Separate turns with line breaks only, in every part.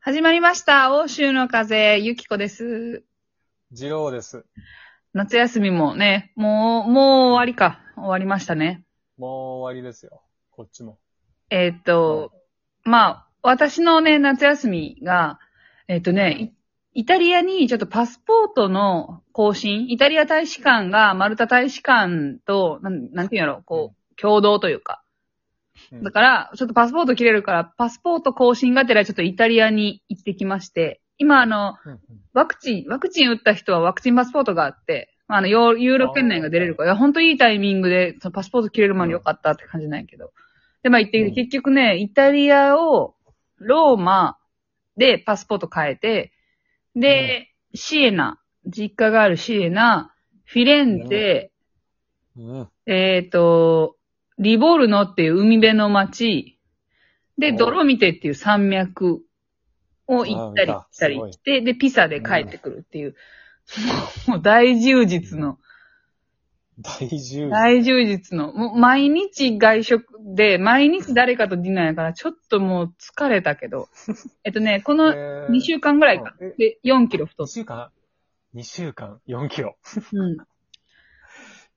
始まりました。欧州の風、ゆきこです。
二郎です。
夏休みもね、もう、もう終わりか。終わりましたね。
もう終わりですよ。こっちも。
えーっと、まあ、私のね、夏休みが、えーっとね、イイタリアにちょっとパスポートの更新、イタリア大使館がマルタ大使館と、なん、なんていうんやろ、こう、共同というか。
うん
だから、ちょっとパスポート切れるから、パスポート更新がてらちょっとイタリアに行ってきまして、今あの、
うんうん
ワクチン、ワクチン打った人はワクチンパスポートがあって、まあ、あの、ヨーユーロ圏内が出れるから、本当いいタイミングで、そのパスポート切れる前によかったって感じなんやけど。で、まあ行ってきて、
うん
結局ね、イタリアを、ローマでパスポート変えて、で、シエナ、実家があるシエナ、フィレンツェ、
うん。
えっ、と、リボルノっていう海辺の町、で、
お
ドロミテっていう山脈を行ったり
ああ
来たり
見たすごい
して、で、ピサで帰ってくるっていう、 もう大充実の、
大重
大充実の、もう毎日外食で、毎日誰かとディナーやから、ちょっともう疲れたけ ど、えっとね、この2週間ぐらいか
う、ん
で、4キロ太
2
っ
週間 ?2 週間 ?4 キロ。
た。うん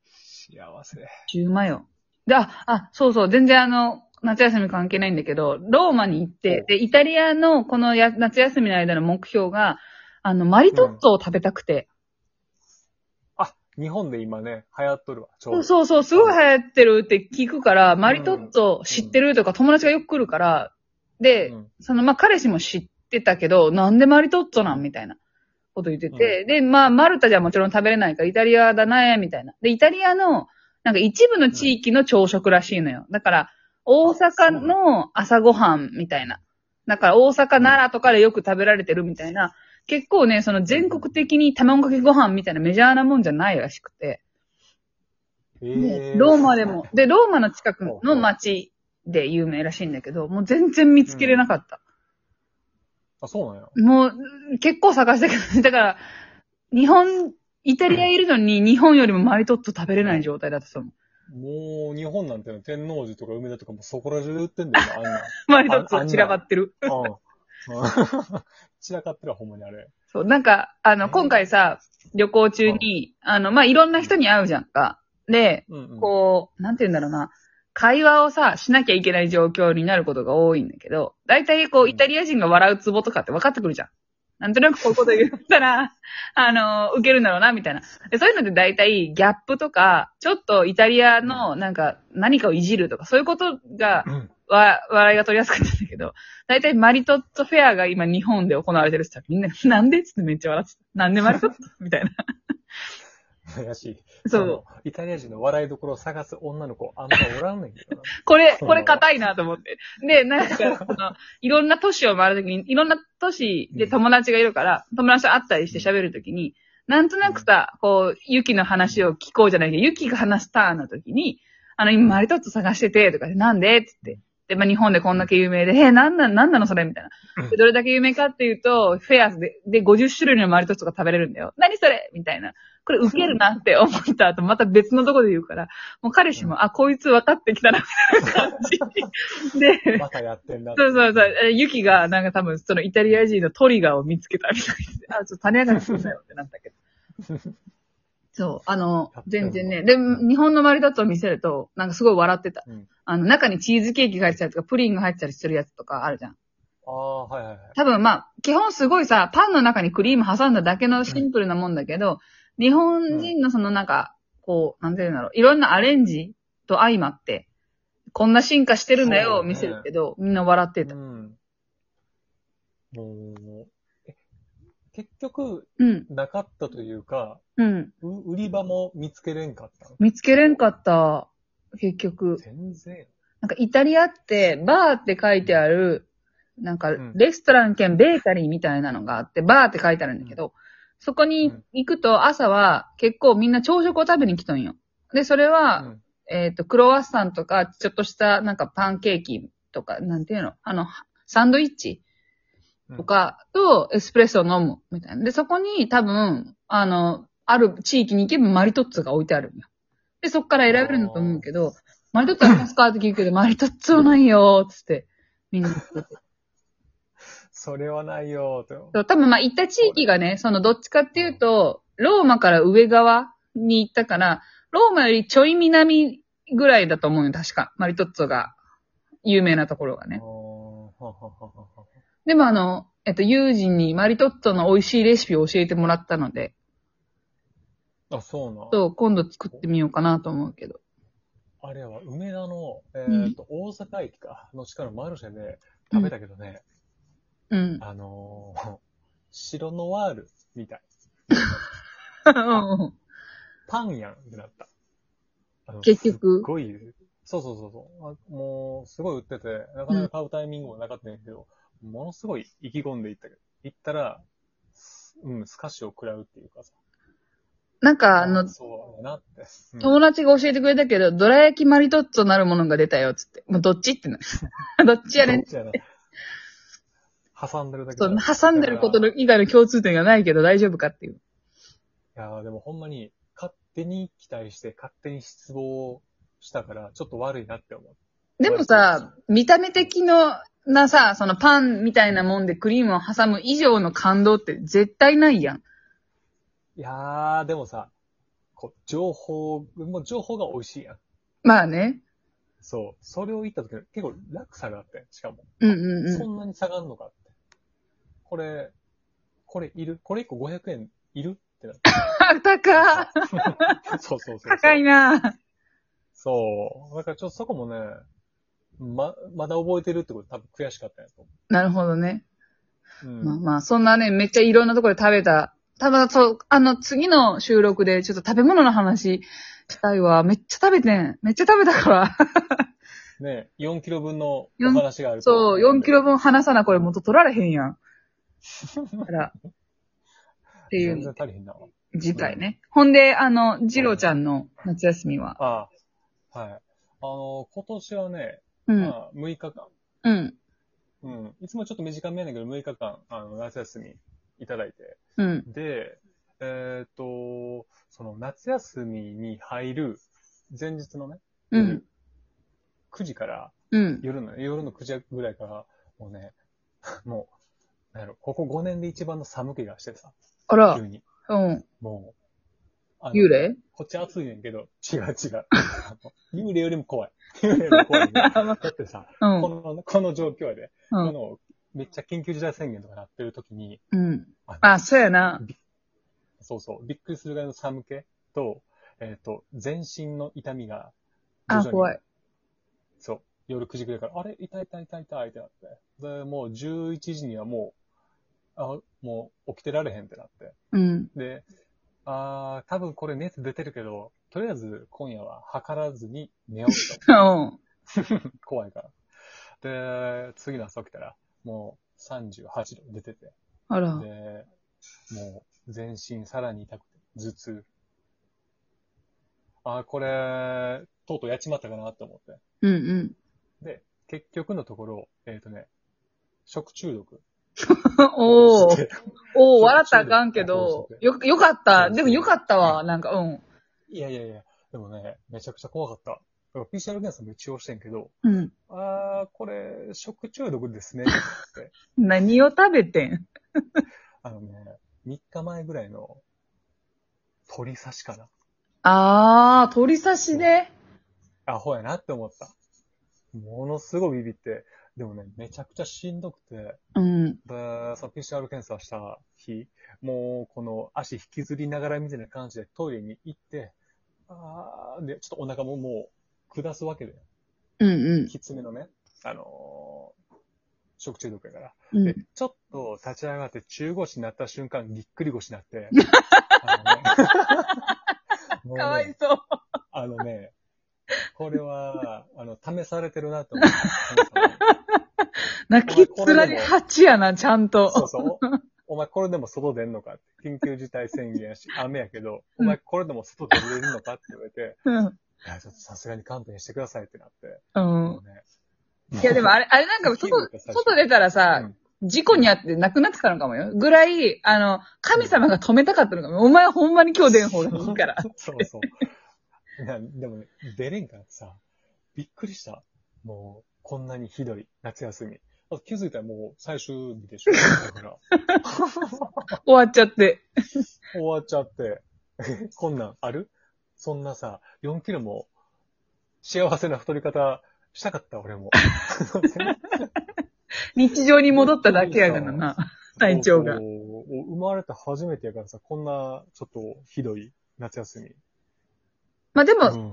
幸せ。
10万よ。で、あ、あ、そうそう、全然あの、夏休み関係ないんだけど、ローマに行って
お、
で、イタリアのこのや夏休みの間の目標が、あの、マリトッツォを食べたくて。
あ、日本で今ね、流行っとるわ。ちょう
そう
ど。
そうそう、すごい流行ってるって聞くから、マリトッツォ知ってるとか友達がよく来るから、で、
うん
その、まあ、彼氏も知ってたけど、なんでマリトッツォなんみたいなこと言ってて、で、まあ、マルタじゃもちろん食べれないから、イタリアだな、みたいな。で、イタリアの、なんか一部の地域の朝食らしいのよ。だから、大阪の朝ごはんみたいな。だから、大阪、奈良とかでよく食べられてるみたいな。結構ね、その全国的に卵かけご飯みたいなメジャーなもんじゃないらしくて。
えー、
ローマでも。で、ローマの近く
ほうほ
の
う
町で有名らしいんだけど、もう全然見つけれなかった。
あ、そうなんや。
もう、結構探したけど、だから、日本、イタリアいるのに日本よりもマリトッツォ食べれない状態だったと思
もう、日本なんての天王寺とか梅田とかもうそこら中で売ってんだよ、あんなん。
う。マリトッツォ散らばってる。
うんうん。散らかってるわ、ほんまにあれ。
そう、なんか、あの、
うん
今回さ、旅行中に、あの、まあ、いろんな人に会うじゃんか。で、
うんうん。
こう、なんて言うんだろうな。会話をさ、しなきゃいけない状況になることが多いんだけど、大体こ
う
う、
ん
イタリア人が笑うツボとかって分かってくるじゃん。なんとなくこういうこと言ったら、 あの、受けるんだろうな、みたいな。でそういうのって大体、ギャップとか、ちょっとイタリアの、なんか、何かをいじるとか、そういうことが、
うん。
わ、笑いが取りやすかったんだけど、大体マリトッツォフェアが今日本で行われてるっつったら、みんな、なんでっつってめっちゃ笑ってた。なんでマリトッツォみたいな。
怪しい。
そう。。
イタリア人の笑いどころを探す女の子、あんまおらんねんけどな。
これ、これ硬いなと思って。で、なん か、その、いろんな都市を回るときに、いろんな都市で友達がいるから、友達と会ったりして喋るときに、なんとなくさ、こう、ユキの話を聞こうじゃないけど、ユキが話すターンのときに、あの、今マリトッツォ探してて、とかで、なんでつって。で、まあ、日本でこんだけ有名で、え、なんなん、なんなのそれみたいな。で、どれだけ有名かっていうと、フェアで、で、50種類のマリトッツォが食べれるんだよ。何それみたいな。これウケるなって思った後、また別のとこで言うから、もう彼氏も、あ、こいつ分かってきたな、みたいな感 じ。で、
またやってんなって。
そうそうそう、えユキがなんか多分そのイタリア人のトリガーを見つけたみたいな。 あ、ちょっと種明かしすんだよってなったけど。 そう、あの
やっ、たよ
全然ね。で、日本のマリトッツォを見せると、なんかすごい笑ってた。
うん
あの、中にチーズケーキが入ってたりとか、プリンが入ってたりするやつとかあるじゃん。
ああ、はいはいはい。
多分まあ、基本すごいさ、パンの中にクリーム挟んだだけのシンプルなもんだけど、日本人のそのなんか、こう、なんていうんだろう、いろんなアレンジと相まって、こんな進化してるんだ
そう
よ、
だね
見せるけど、みんな笑ってた
う。ん。もう、え結局、
うん、
なかったというか、
うん。
う売り場も見つけれんかったの
見つけれんかった、結局。
全然。
なんかイタリアって、バーって書いてある、なんか
ん
レストラン兼ベーカリーみたいなのがあって、バーって書いてあるんだけど、そこに行くと朝は結構みんな朝食を食べに来とんよ。で、それは、
うん
えっ、と、クロワッサンとか、ちょっとしたなんかパンケーキとか、なんていうのあの、サンドイッチと、かとエスプレッソを飲むみたいな。で、そこに多分、あの、ある地域に行けばマリトッツォが置いてあるんよ。で、そっから選べるんだと思うけど、マリトッツォありますかって聞くけど、マリトッツォないよーっつって、みんな言ってて。
うんそれはないよ、と。
そう多分まあ行った地域がね、そのどっちかっていうと、ローマから上側に行ったから、ローマよりちょい南ぐらいだと思うよ、確か。マリトッツォが有名なところが
あー
ね。
ははははは
でもあの、えっと、友人にマリトッツォの美味しいレシピを教えてもらったので、
あ、そうなん。
そう、今度作ってみようかなと思うけど。
あれは、梅田の、え
ん
ーっと、大阪駅か、の地下のマルシェで食べたけどね、
うん。
あのー、白のワールみたい。パンやんってなった。あの
結局
すっごい、そうそうそうそうあ。もう、すごい売ってて、なかなか買うタイミングもなかったんやけど、ものすごい意気込んでいったけど、行ったら、すうん、スカッシュを食らうっていうかさ。
なんかあの、
そうだなって。うん
友達が教えてくれたけど、どら焼きマリトッツォなるものが出たよ、つって。もうどっちってな。 どっちやねん
そうやな挟んでるだけ
そ
だ
う、挟んでることの以外の共通点がないけど大丈夫かっていう。
いやーでもほんまに、勝手に期待して、勝手に失望したから、ちょっと悪いなって思う。
でもさ、見た目的のなさ、そのパンみたいなもんでクリームを挟む以上の感動って絶対ないやん。
いやー、でもさ、こう、情報、もう情報が美味しいやん。
まあね。
そう。それを言った時の結構落差があって、しかも。
うんうん
そ
うん
なに下がんのかって。これ、これいるこれ1個500円いるってなって。
ん。高っ
そうそうそうそう。
高いな
そう。だからちょっとそこもね、ま、まだ覚えてるってこと多分悔しかったんやと思
なるほどね。
う。うん。
まあまあ、そんなね、めっちゃいろんなところで食べた。ただ、そう、あの、次の収録でちょっと食べ物の話したいわ。めっちゃ食べてん。めっちゃ食べたから。
ね4キロ分のお
四
話があると
そう、4キロ分離さな、これ元取られへんや ん。だから。っていう
全
の
然足りへんな。
次回ね。ほんで、あの、ジロちゃんの夏休みは。
ああ。はい。あの、今年はね、
う
ま
ん。
あ、6日間。
うん。
うん。いつもちょっと短めやねんけど、6日間、あの、夏休みいただいて。
うん。
で、えっ、と、その、夏休みに入る前日のね、
うん。
9時から、
うん。
夜の、夜の9時ぐらいから、もうね、 もう、なんやろ、ここ5年で一番の寒気がしてさ、
あら
急、に。
うん。
もう、あの
幽霊
こっち暑いねんけど、違う違う。 あの幽霊よりも怖い。幽霊よりも 怖い、ね。だってさ、
うん
こ。の、この状況やで、
う
あ
ん。
の、めっちゃ緊急事態宣言とかなってる時に、
うん。
あの
あ、そうやな。
そうそう、びっくりするぐらいの寒気と、えっ、と、全身の痛みが、
あ、怖
い。
い。
そう、夜9時ぐらいから、あれ痛い痛い痛い痛いってなって。で、もう11時にはもう、あ、もう起きてられへんってなって。
うん。
で、あー、多分これ熱出てるけど、とりあえず今夜は測らずに寝ようと。
うん。
怖いから。で、次の朝起きたら、もう38度出てて。
あら。
で、もう全身さらに痛くて、頭痛。あー、これ、とうとうやっちまったかなって思って。
うんうん。
で、結局のところ、えっ、とね、食中毒。
おー。
で
おー、笑ったらあかんけど。よ、よかった。でもよかったわ。なんか、うん。
いやいやいや、でもね、めちゃくちゃ怖かった。だから PCR 検査も一応してんけど、
うん。
あー、これ、食中毒ですね、って。
何を食べてん
あのね、3日前ぐらいの、鳥刺しかな。
あー、鳥刺しで。
アホやなって思った。ものすごいビビって、でもね、めちゃくちゃしんどくて、で、
うん。
その PCR 検査した日、もうこの足引きずりながらみたいな感じでトイレに行って、あー、で、ちょっとお腹ももう下すわけで、
うんうん
きつめのね、あのー食中毒やから。
う
で
ん。、
ちょっと立ち上がって中腰になった瞬間、ぎっくり腰になって、あのね
か
もう
わ
ね
いそう。
あのね、これは、あの、試されてる なと思って。
泣き面に蜂やな、ちゃん
そう
と。
そう。おお前これでも外出んのかって。緊急事態宣言やし、雨やけど、お前これでも外出れるのかって言われて、
うん。
いや、ちょっとさすがに勘弁してくださいってなって。
うん
もうね
いやでもあれ、あれなんか外、外出たらさ、事故にあって亡くなってたのかもよ。ぐらい、あの、神様が止めたかったのかも。お前ほんまに今日出ん方がいいから。。
そうそう。いや、でもね、出れんからさ、びっくりした。もう、こんなにひどい夏休み。あ気づいたらもう最終日でしょ。だ から、
終わっちゃって。
終わっちゃって、 こんなんあるそんなさ、4キロも幸せな太り方したかった、俺も。
日常に戻っただけやからな、 体調が
そう。そう生まれて初めてやからさ、こんなちょっとひどい夏休み。
まあで
う
も、
ん。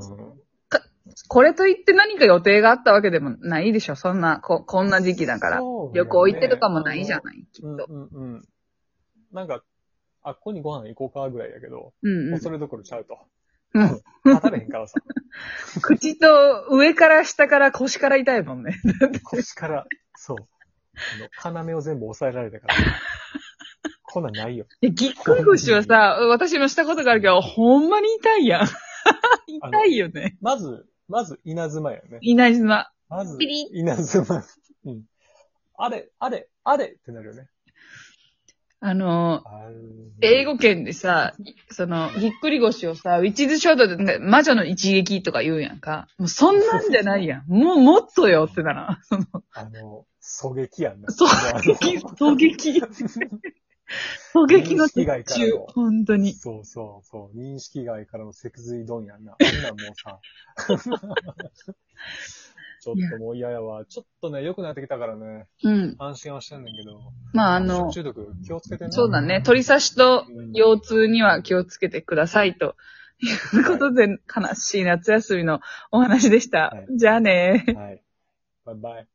これといって何か予定があったわけでもないでしょ、そんな、こ、こんな時期だから。
そうだよ
旅
ね
行行ってとかもないじゃない、きっ
うん
と。
うんうん。なんか、あ、ここにご飯行こうかぐらいやけど、
うん
も
う
うんそれどころちゃうと。
うん。
立たれへんか らさ、
口と上から下から腰から痛いもんね。
腰から、そう。あの、要を全部抑えられたから。こんなんないよ。
でぎっくり腰はさ、私もしたことがあるけど、ほんまに痛いやん。 痛いよね。
まず、まず稲妻やね。
稲妻。
まず
ピリ、
稲妻。うん。あれ、あれ、あれってなるよね。
あの、
あれ
英語圏でさ、その、ぎっくり腰をさ、ウィチズショートでなんか魔女の一撃とか言うやんか。もうそんなんじゃないやん。もうもっとよってなら。その、
あの、狙撃やんな。
狙撃、 狙撃、狙撃の
被害
鉄
から
柱
の。
本当に。
そうそうそう。認識外からの脊髄ドンやん な。そんなんもうさ。ちょっともう嫌やわ。ちょっとね、良くなってきたからね。
うん。
安心はしてんねんけど。
まあ、あの
食、中毒気をつけてね。
そうだね。鳥刺しと
うん。
腰痛には気をつけてくださいと。いうことで、悲しい夏休みのお話でした。
はい
じゃあね
はい。バイバイ。